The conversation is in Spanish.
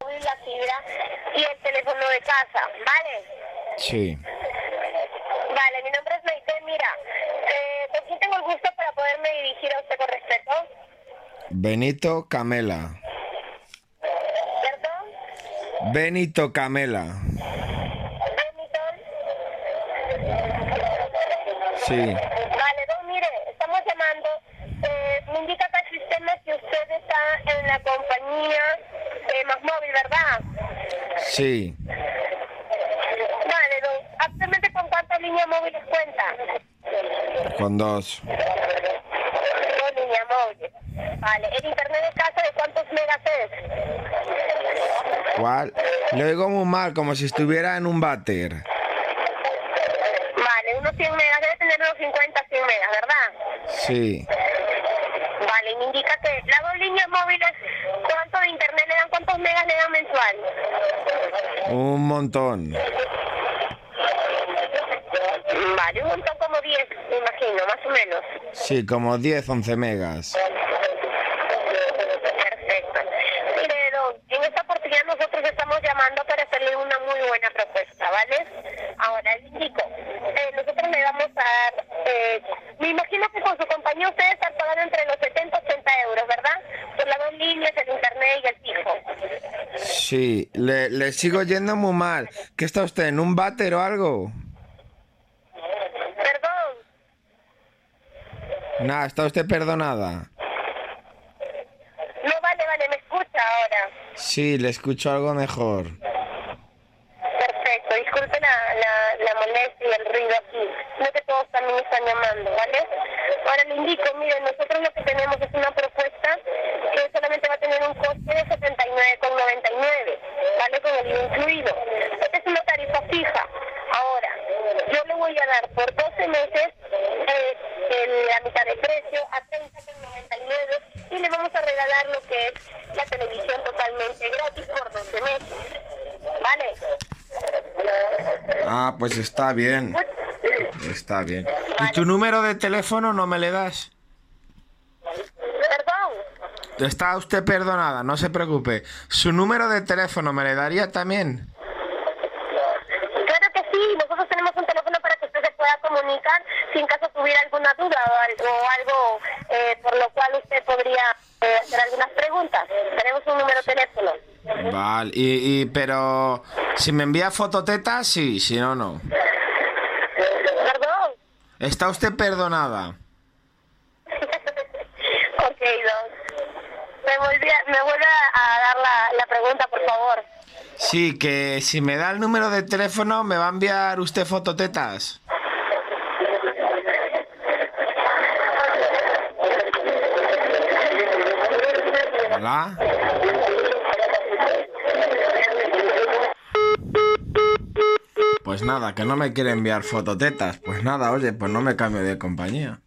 Vibra y el teléfono de casa, ¿vale? Sí. Vale, mi nombre es Maite, mira, eh, ¿con quién tengo el gusto para poderme dirigir a usted con respeto? Benito Camela. ¿Perdón? Benito Camela. Hamilton. Sí. Vale, no, mire, estamos llamando. Eh, me indica acá el sistema que usted está en la compañía eh, Más Móvil, ¿verdad? Sí. Vale, don, ¿actualmente con cuántas líneas móviles cuenta? Con dos. Dos líneas móviles. Vale, ¿el internet de casa de cuántos megas es? ¿Cuál? Le oigo muy mal, como si estuviera en un váter. Vale, unos 100 megas, debe tener unos 50, 100 megas, ¿verdad? Sí. Vale, me indica que las dos líneas móviles, ¿cuánto de internet le dan, cuántos megas le dan mensual? Un montón. Vale, un montón como 10, me imagino, más o menos. Sí, como 10, 11 megas. Perfecto. Mire, don, en esta oportunidad nosotros estamos llamando para hacerle una muy buena propuesta, ¿vale? Ahora, le indico, eh, nosotros le vamos a dar, eh, me imagino que con su compañía ustedes están pagando entre los 70 y 80 euros, ¿verdad? Por las dos líneas, el internet y el fijo. Sí. Le, le sigo yendo muy mal. ¿Qué está usted, en un váter o algo? Perdón, Nada, está usted perdonada. no vale, vale, me escucha ahora. Sí, le escucho algo mejor. Perfecto, disculpe la, la, la molestia y el ruido aquí. No que todos también están llamando, ¿vale? Ahora le indico, miren, nosotros lo que tenemos es una propuesta que solamente va a tener un coste de 79,99, ¿vale? Con el IVA incluido. Esta es una tarifa fija. Ahora, yo le voy a dar por 12 meses eh, el- la mitad de precio a 30,99 y le vamos a regalar lo que es la televisión totalmente gratis por 12 meses, ¿vale? Ah, pues está bien. Está bien. ¿Y tu número de teléfono no me le das? Perdón, Está usted perdonada, no se preocupe. ¿Su número de teléfono me le daría también? claro que sí, nosotros tenemos un teléfono para que usted se pueda comunicar si en caso tuviera alguna duda o algo, o algo eh, por lo cual usted podría eh, hacer algunas preguntas. Tenemos un número de teléfono. Vale, y, y- pero si me envía fototeta, sí, si no, no. Perdón. Está usted perdonada. ok, don. Me, volví a- me vuelve a, a dar la, la pregunta, por favor. Sí, que si me da el número de teléfono, me va a enviar usted fototetas. Hola. Pues nada, que no me quiere enviar fototetas. Pues nada, oye, pues no me cambio de compañía.